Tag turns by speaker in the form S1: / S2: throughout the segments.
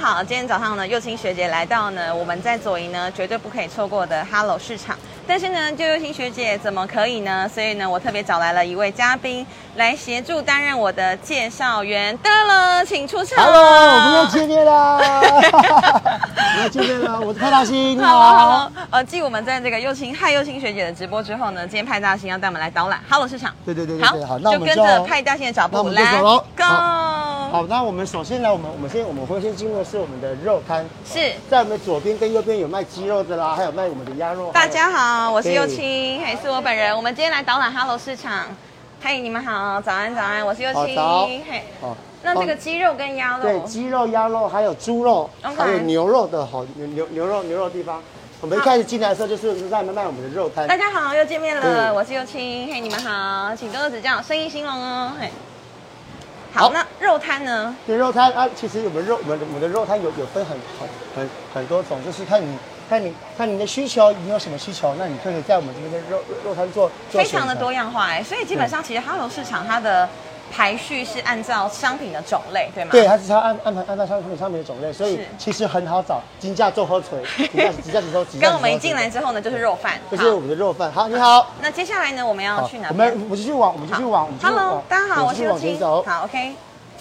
S1: 好，今天早上呢，幼青学姐来到呢我们在左营呢绝对不可以错过的 Hello 市场。但是呢，就幼青学姐怎么可以呢？所以呢，我特别找来了一位嘉宾来协助担任我的介绍员。得了，请出 场。
S2: Hello，我们又见 面啦！我们又见面啦！我是派大星，你好。
S1: Hello Hello，呃，继我们在这个幼青嗨幼青学姐的直播之后呢，今天派大星要带我们来导览 Hello 市场。
S2: 对对对对对，
S1: 好，
S2: 好，那我
S1: 就
S2: 们
S1: 跟
S2: 就
S1: 着派大星的脚
S2: 那我
S1: 步
S2: 们就
S1: 来
S2: 走喽
S1: ，Go。
S2: 好，那我们首先来，我们我们先我们会先进入的是我们的肉摊，
S1: 是，
S2: 在我们左边跟右边有卖鸡肉的啦，还有卖我们的鸭肉。
S1: 大家好，我是
S2: 对
S1: 幼青，也是我本人。我们今天来导览 Hello 市场。嘿，你们好，早安早安，我是幼
S2: 好
S1: 青。
S2: 哦早哦
S1: 嘿，
S2: 好，好
S1: 那这个鸡肉跟鸭
S2: 哦对
S1: 肉，
S2: 鸡肉、鸭肉，还有猪肉，
S1: OK
S2: 还有牛肉的好牛牛牛肉牛肉的地方。我们一开始进来的时候就是在卖我们的肉摊
S1: 大。家好，又见面了，
S2: 对
S1: 我是幼青。嘿，你们好，请多多指教，生意兴隆哦。嘿，好，
S2: 好
S1: 那肉摊呢？
S2: 对肉摊啊，其实我们肉我们我们的肉摊有有分很很很很多种，就是看你看你看你的需求，你有什么需求，那你就可以在我们这边的肉肉摊做做
S1: 非
S2: 选
S1: 常的
S2: 择
S1: 多样化哎，所以基本上其实 Hello 市场它的排序是按照商品的种类，对吗？
S2: 对，它是它按按排按照商品商品的种类，所以
S1: 是
S2: 其实很好找，金价做喝锤，金价金价几周几
S1: 刚我们一进来，之后呢，就是肉饭。
S2: 这是我
S1: 好，
S2: 们的肉饭。好，你好，
S1: 那接下来呢，我们要
S2: 好
S1: 去哪
S2: 我
S1: 边？
S2: 们我们继续往我们继续往我们继续往
S1: Hello，大家好，我
S2: 继
S1: 是
S2: 续
S1: 幼
S2: 往前
S1: 青。
S2: 走。
S1: 好，OK，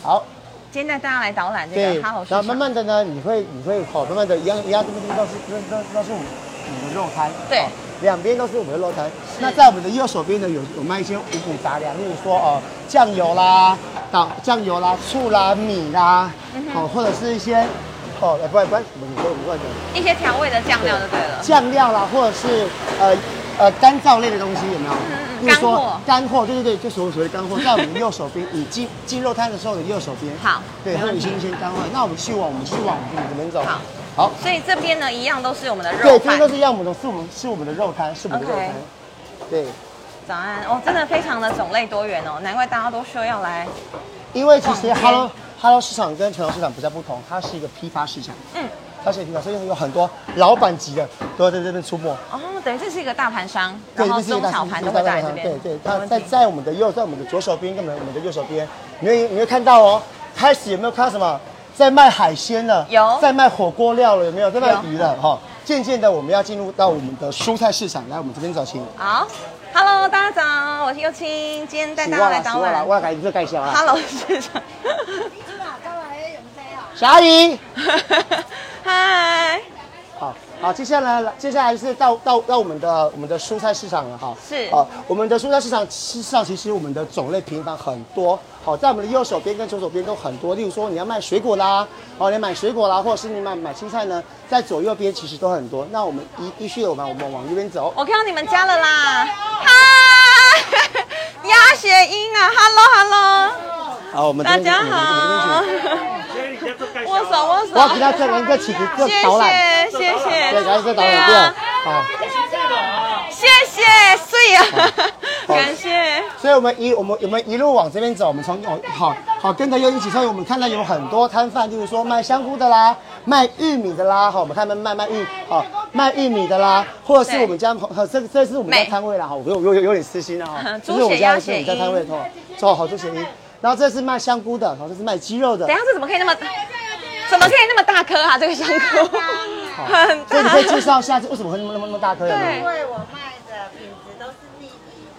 S2: 好，
S1: 今天带大家来导览这
S2: 对，
S1: 个
S2: 然
S1: Hello 市
S2: 后
S1: 场。
S2: 慢慢的呢，你会你会好，慢慢的一样一样，这边这边都是都都都是我们我们的肉摊，
S1: 对
S2: 哦两边都是我们的肉摊。那在我们的右手边呢，有有卖一些五谷杂粮，例如说哦酱油啦、导酱油啦、醋啦、米啦，
S1: 嗯
S2: 哦或者是一些哦哎不不，我们说我们乱讲，
S1: 一些调味的酱料就对了。
S2: 酱料啦，或者是呃呃干燥类的东西有没有？
S1: 嗯嗯
S2: 例如说
S1: 干货
S2: 干货，对对对，就所谓所谓的干货，在我们的右手边，你进进肉摊的时候的右手边。
S1: 好，
S2: 对，还有一些一些干货。那我们去往我们去往我们怎么走？
S1: 好，
S2: 好，
S1: 所以这边呢，一样都是我们的
S2: 对，
S1: 肉
S2: 这些
S1: 饭
S2: 都。是要我们的，是我们是我们的肉摊，是我们的肉摊。对，
S1: 早安哦，真的非常的种类多元哦，难怪大家都说要来。
S2: 因为其实
S1: 逛街
S2: Hello Hello 市场跟传统市场比较不同，它是一个批发市场，
S1: 嗯，
S2: 它是一个批发，所以有很多老板级的都在这边出没。
S1: 哦，等于这是一个大盘商，
S2: 对，
S1: 然后
S2: 这是一
S1: 中
S2: 个大
S1: 小盘都会在这边。
S2: 对对，
S1: 没
S2: 它
S1: 问
S2: 在
S1: 题
S2: 在我们的右，在我们的左手边跟我们我们的右手边，你会你会看到哦，开始有没有看到什么在卖海鲜了？
S1: 有
S2: 在卖火锅料了，有没有？在卖
S1: 有
S2: 鱼了哈。渐渐的，我们要进入到我们的蔬菜市场，来我们这边找请。
S1: 好，Hello，大家早，我是幼青，今天带大家来导
S2: 我了，
S1: 览
S2: 我要改这介绍啊。
S1: Hello 市场。
S3: 知道，当然也有这样。
S2: 小阿姨，
S1: 嗨，
S2: 好好，接下来接下来是到到到我们的我们的蔬菜市场了哈。
S1: 是
S2: 好，我们的蔬菜市场市场其实我们的种类平凡很多。好，在我们的右手边跟左手边都很多。例如说你要卖水果啦，哦，你买水果啦，或者是你买买青菜呢，在左右边其实都很多。那我们依依序的我们我们往右边走。
S1: 我看到你们家了啦，嗨，鸭血音啊，Hello Hello，
S2: 好，我们
S1: 大
S2: 这边
S1: 家
S2: 我们我们这边
S1: 好
S2: 去。，
S1: 握手握手，
S2: 我要给他再来一个起个
S1: 谢
S2: 个导览，
S1: 谢谢谢，
S2: 对，来再导览一
S1: 对
S2: 遍
S1: 啊。
S2: 好。
S1: 谢啊谢，睡呀，感谢。
S2: 所以我们一我们我们一路往这边走，我们从哦好好跟着右一起，所以我们看到有很多摊贩，例如说卖香菇的啦，卖玉米的啦，好，我们看他们卖卖玉好卖玉米的啦，或者是我们家朋好这个这是我们家
S1: 美，
S2: 摊位啦，好，我有有有有点私心了哈 这是我们家
S1: 猪血鸭
S2: 这是我
S1: 血
S2: 们家摊位的哦，做好猪血衣，然后这是卖香菇的，好，这是卖鸡肉的
S1: 等一，下，这怎么可以那么，怎么可以那么大颗啊？这个香菇很
S2: 所以你可以介
S1: 大。
S2: 绍一下这为什么会那么那么那么大颗有没有
S1: 对
S3: 因为我卖的品质都是第一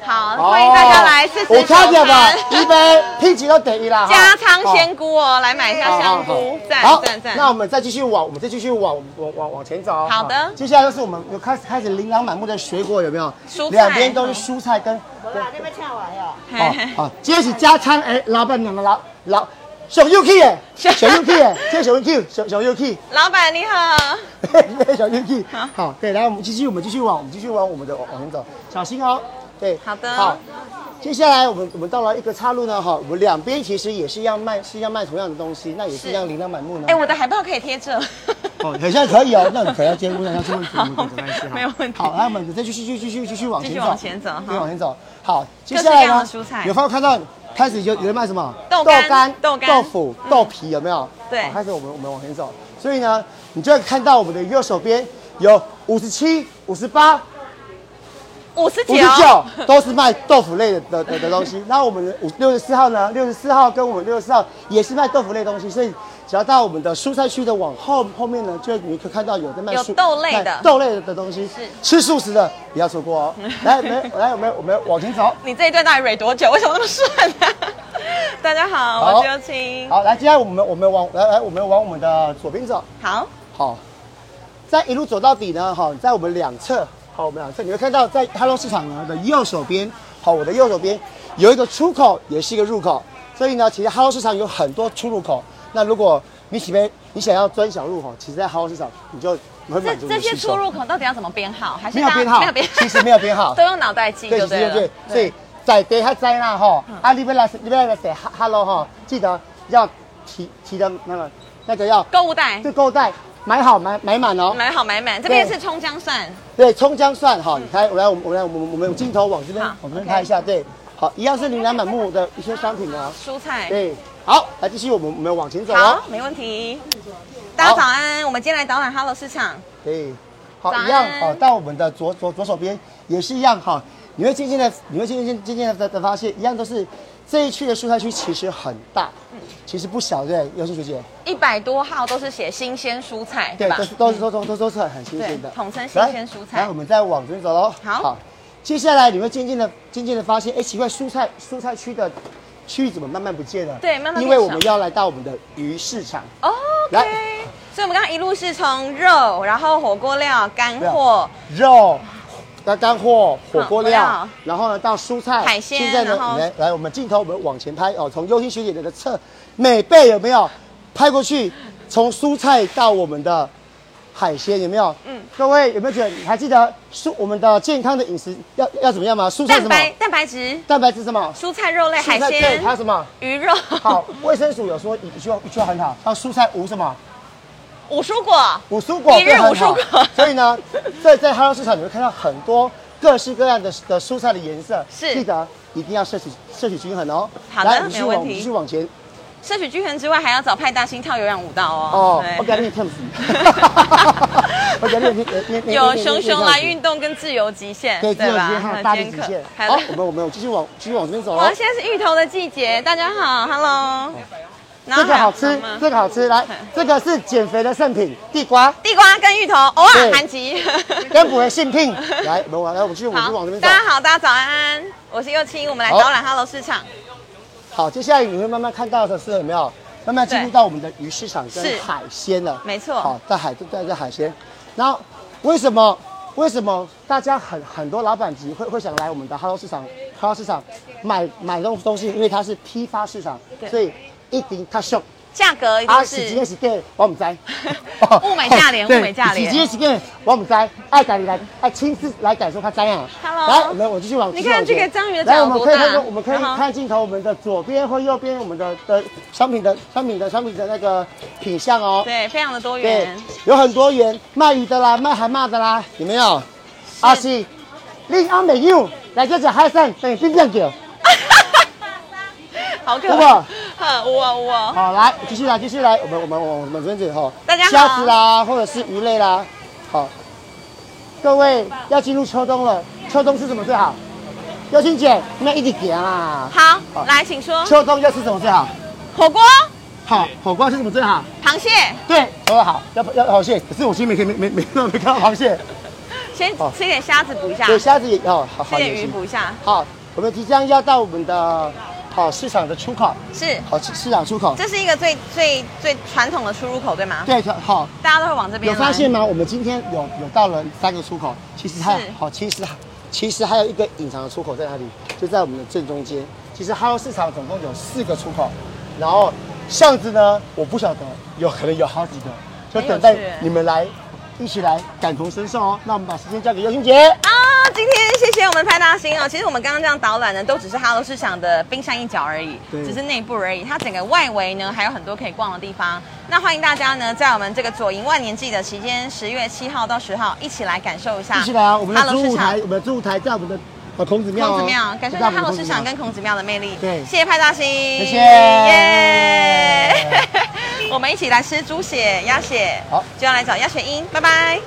S3: 的。
S1: 好， 欢迎大家来试试
S2: 我看见吧，一
S1: 一
S2: 杯品级都等于啦，哈
S1: 加汤
S2: 好
S1: 鲜菇哦，来买一下香菇，赞
S2: 好
S1: 赞赞。
S2: 那我们再继续往，我们再继续往往往往前走。哦
S1: 好的
S2: 接下来就是我们有开始开始琳琅满目的水果，有没有？
S1: 蔬菜嗯
S2: 两边都是蔬菜跟。
S3: 我把那边跳完了。
S2: 哦
S1: 嘿，
S2: 好，今天是加餐，哎，老板娘的老老小 UK 耶，
S1: 小
S2: 小 UK 耶，这小 UK 小小 UK，
S1: 老板你好，
S2: 小 UK。
S1: 好
S2: 好，对，来我们继续，我们继续往，我们继续往我们的往往前走，小心哦。对，
S1: 好的
S2: 好。接下来我们我们到了一个岔路呢，哈，我们两边其实也是要卖，是要卖同样的东西，那也是一样琳琅满目呢。
S1: 哎，我的海报可以贴这。
S2: 哦，好像可以哦，那你可能要兼顾一下，要去问服务的关系哈。
S1: 没有问题
S2: 好，那我们再继续、继续、继续、继续往前
S1: 继
S2: 走，
S1: 续往前走哈
S2: 继续往前走。好，接
S1: 是
S2: 下来
S1: 一样
S2: 呢
S1: 的蔬菜，
S2: 有朋友看到开始有有人卖什么
S1: 豆干豆
S2: 豆
S1: 干嗯
S2: 豆腐、豆皮，有没有？
S1: 对
S2: 好开始我们我们往前走，所以呢，你就会看到我们的右手边有五十七、五十八、
S1: 五十九，
S2: 五十九都是卖豆腐类的的的的东西。那我们的五六十四号呢？六十四号跟我们六十四号也是卖豆腐类的东西，所以只要到我们的蔬菜区的往后后面呢，就你可以看到有在卖
S1: 有
S2: 蔬
S1: 豆类的
S2: 卖豆类的东西，吃素食的不要错过 哦。来，没来，我们我们往前走。
S1: 你这一段到底蕊多久？为什么那么顺啊？ 大家好，
S2: 好
S1: 我是青。
S2: 好，来，接下来我们我们往来来，我们往我们的左边走。
S1: 好，
S2: 好，在一路走到底呢，好，在我们两侧，好，我们两侧你会看到，在 Hello 市场呢的右手边，好，我的右手边有一个出口，也是一个入口，所以呢，其实 Hello 市场有很多出入口。那如果你喜欢你想要钻小入口，其实在 Hello 市场你就你会
S1: 这
S2: 满足你
S1: 这
S2: 的
S1: 些
S2: 需
S1: 出
S2: 求。
S1: 入口到底要怎么编号？还是
S2: 没有
S1: 大家
S2: 编号，
S1: 没有编号，
S2: 其实没有编号
S1: 都，用脑袋记
S2: 对，
S1: 就
S2: 其
S1: 对
S2: 实
S1: 了。
S2: 对，所以在对他在那哈，啊，你不要你不要来 say hello 哈，记得要提提的那个那个要
S1: 购物袋
S2: 这购物袋买好买买满哦。
S1: 买好买满，这边
S2: 对
S1: 是葱姜蒜，
S2: 对，葱姜蒜哈，你看，我来，我们我来，我们我们镜头往这边
S1: 嗯好，
S2: 我们
S1: OK
S2: 拍一下，对，好，一样是琳琅满目的一些商品啊，
S1: 蔬菜。
S2: 对，好，来继续我们我们往前走哦
S1: 嗯好，，没问题。大家早安，我们今天来导览 Hello 市场。
S2: 对，好，
S1: 早安
S2: 一样好，到我们的左左左手边也是一样哈，你会渐渐的，你会渐渐渐渐的的发现，一样都是这一区的蔬菜区其实很大，
S1: 嗯
S2: 其实不小，对，尤心学姐，
S1: 一百多号都是写新鲜蔬菜，
S2: 对，
S1: 吧嗯
S2: 都？是都是都都都都是很新鲜的
S1: 对，统称新
S2: 来
S1: 鲜蔬菜
S2: 来，我们再往前走喽。
S1: 好
S2: 接下来你会渐渐的、渐渐的发现，哎，奇怪，蔬菜蔬菜区的区域怎么慢慢不见了？
S1: 对慢慢
S2: 因
S1: 变
S2: 为我
S1: 少
S2: 们要来到我们的鱼市场。
S1: 哦
S2: 来
S1: OK，所以我们刚刚一路是从肉，然后火锅料、干货，
S2: 肉、干干货、火锅
S1: 火锅
S2: 料
S1: 料，
S2: 然后呢到蔬菜、
S1: 海鲜
S2: 现在呢，
S1: 然后
S2: 来来，我们镜头我们往前拍哦，从优心学姐的侧美背有没有拍过去？从蔬菜到我们的海鲜有没有？嗯
S1: 嗯，
S2: 各位有没有觉得？你还记得蔬我们的健康的饮食要要怎么样吗？蔬菜
S1: 蛋
S2: 啊什么？
S1: 白、蛋白质、
S2: 蛋白质什么？
S1: 蔬菜、肉类、海
S2: 蔬菜对，
S1: 鲜
S2: 还、有什么？
S1: 鱼肉，
S2: 好，卫生署有说一句话一句话很好，它说蔬菜无什么？
S1: 五蔬果，
S2: 五蔬果
S1: 一日
S2: 对很
S1: 五蔬
S2: 好
S1: 果
S2: 所以呢，在在哈喽市场你会看到很多各式各样的的蔬菜的颜色，
S1: 是
S2: 记得啊一定要摄取摄取均衡哦。
S1: 好的
S2: 来你继续
S1: 没有问
S2: 往
S1: 题
S2: 你继续往前
S1: 摄取均衡之外，还要找派大星跳有氧舞蹈哦。
S2: 哦
S1: 对，
S2: 我给他念 terms，我给他念念念念
S1: 有
S2: 念
S1: 熊
S2: 念
S1: 熊
S2: terms
S1: 来运动跟自由极限，
S2: 对，自由极限还有
S1: 吧？
S2: 大
S1: 还
S2: 力
S1: 有
S2: 极
S1: 健
S2: 限
S1: 克，。
S2: 好，哦我们我们我继续往继续往这边走
S1: 好，
S2: 哦。
S1: 现在是芋头的季节，大家好，Hello。然
S2: 这
S1: 后
S2: 个
S1: 还有
S2: 好
S1: 什
S2: 吃
S1: 么，
S2: 这个好吃，来
S1: 嗯，
S2: 这个是减肥的圣品，地瓜
S1: 地瓜跟芋头，偶尔
S2: 对
S1: 含集。
S2: 跟补的性聘。来，我们往来，我们继续我们继续往这边走
S1: 大。 家好，大家早安，我是右青，我们来
S2: 好
S1: 导览 Hello 市场。
S2: 好，接下来你会慢慢看到的是有没有？慢慢进入
S1: 对
S2: 到我们的鱼市场跟
S1: 是
S2: 海鲜了。
S1: 没错
S2: 好，在海在在海鲜。然后为什么为什么大家很很多老板级会会想来我们的哈喽市场哈喽市场买买东东西？因为它是批发市场，
S1: 对
S2: 所以一定它上。
S1: 价格一
S2: 啊，
S1: 定
S2: 是今天
S1: 是。
S2: 是店，我唔知
S1: 物美价 廉
S2: 对
S1: 物美价廉
S2: 是今天是店，我唔知，爱家己来，爱亲自来感受看怎样。
S1: Hello
S2: 来，我们我继续往。
S1: 你看
S2: 继续往前
S1: 这个章鱼的
S2: 来，
S1: 脚
S2: 我们
S1: 多
S2: 可以
S1: 大
S2: 看到，我们可以
S1: 然后
S2: 看镜头，我们的左边或右边，我们的的商品的商品的商品的那个品相哦。
S1: 对，非常的多元。，
S2: 有很多元，卖鱼的啦，卖蛤蟆的啦，有没有？阿是，你阿美妞来这只海参，等你真正叫。
S1: 好可
S2: 有没有
S1: 爱，呵，哇哇，
S2: 好，来继续来，继续来，我们我们我们轮子哈，
S1: 大家好
S2: 虾子啦，或者是鱼类啦，好，各位要进入秋冬了，秋冬吃什么最好？尤青姐，那一直行啊。
S1: 好，
S2: 好
S1: 来，请说
S2: 秋冬要吃什么最好？
S1: 火锅、
S2: 好，火锅吃什么最好？
S1: 螃蟹，
S2: 对，说的好，要不要螃蟹？可是我今天没没没没没没看到螃蟹，
S1: 先
S2: 好
S1: 吃一点虾子补一下，
S2: 有
S1: 吃
S2: 虾子也哦，好好
S1: 点
S2: 也
S1: 鱼
S2: 行。
S1: 补一下，
S2: 好，我们即将要到我们的好市场的出口，
S1: 是，
S2: 好市市场出口，
S1: 这是一个最最最传统的出入口，对吗？
S2: 对，好，
S1: 大家都会往这
S2: 有
S1: 边来。
S2: 发现吗？我们今天有有到了三个出口，其实还有
S1: 是
S2: 好，其实其实还有一个隐藏的出口在哪里？就在我们的正中间。其实哈喽市场总共有四个出口，然后巷子呢，我不晓得，有可能有好几个，就
S1: 很有
S2: 等待
S1: 趣
S2: 你们来一起来感同身受哦。那我们把时间交给尤心姐。
S1: 啊，今天谢谢我们的派大星哦。其实我们刚刚这样导览呢，都只是哈罗市场的冰山一角而已，
S2: 对
S1: 只是内部而已。它整个外围呢，还有很多可以逛的地方。那欢迎大家呢，在我们这个左营万年祭的期间，十月七号到十号，一起来感受一下
S2: 一起来啊！我们
S1: 哈
S2: 的
S1: 罗
S2: 主
S1: 市
S2: 舞
S1: 场
S2: 台，。我们的主舞台在我们的呃孔子庙、哦，
S1: 孔子庙，感受一
S2: 在
S1: 下
S2: 我
S1: 哈
S2: 们的
S1: 罗
S2: 孔子
S1: 市场
S2: 庙
S1: 跟孔子庙的魅力。
S2: 对
S1: 谢谢派大星，谢
S2: 谢
S1: 耶！我们一起来吃猪血、鸭血，
S2: 好，
S1: 就要来找鸭血英，拜拜。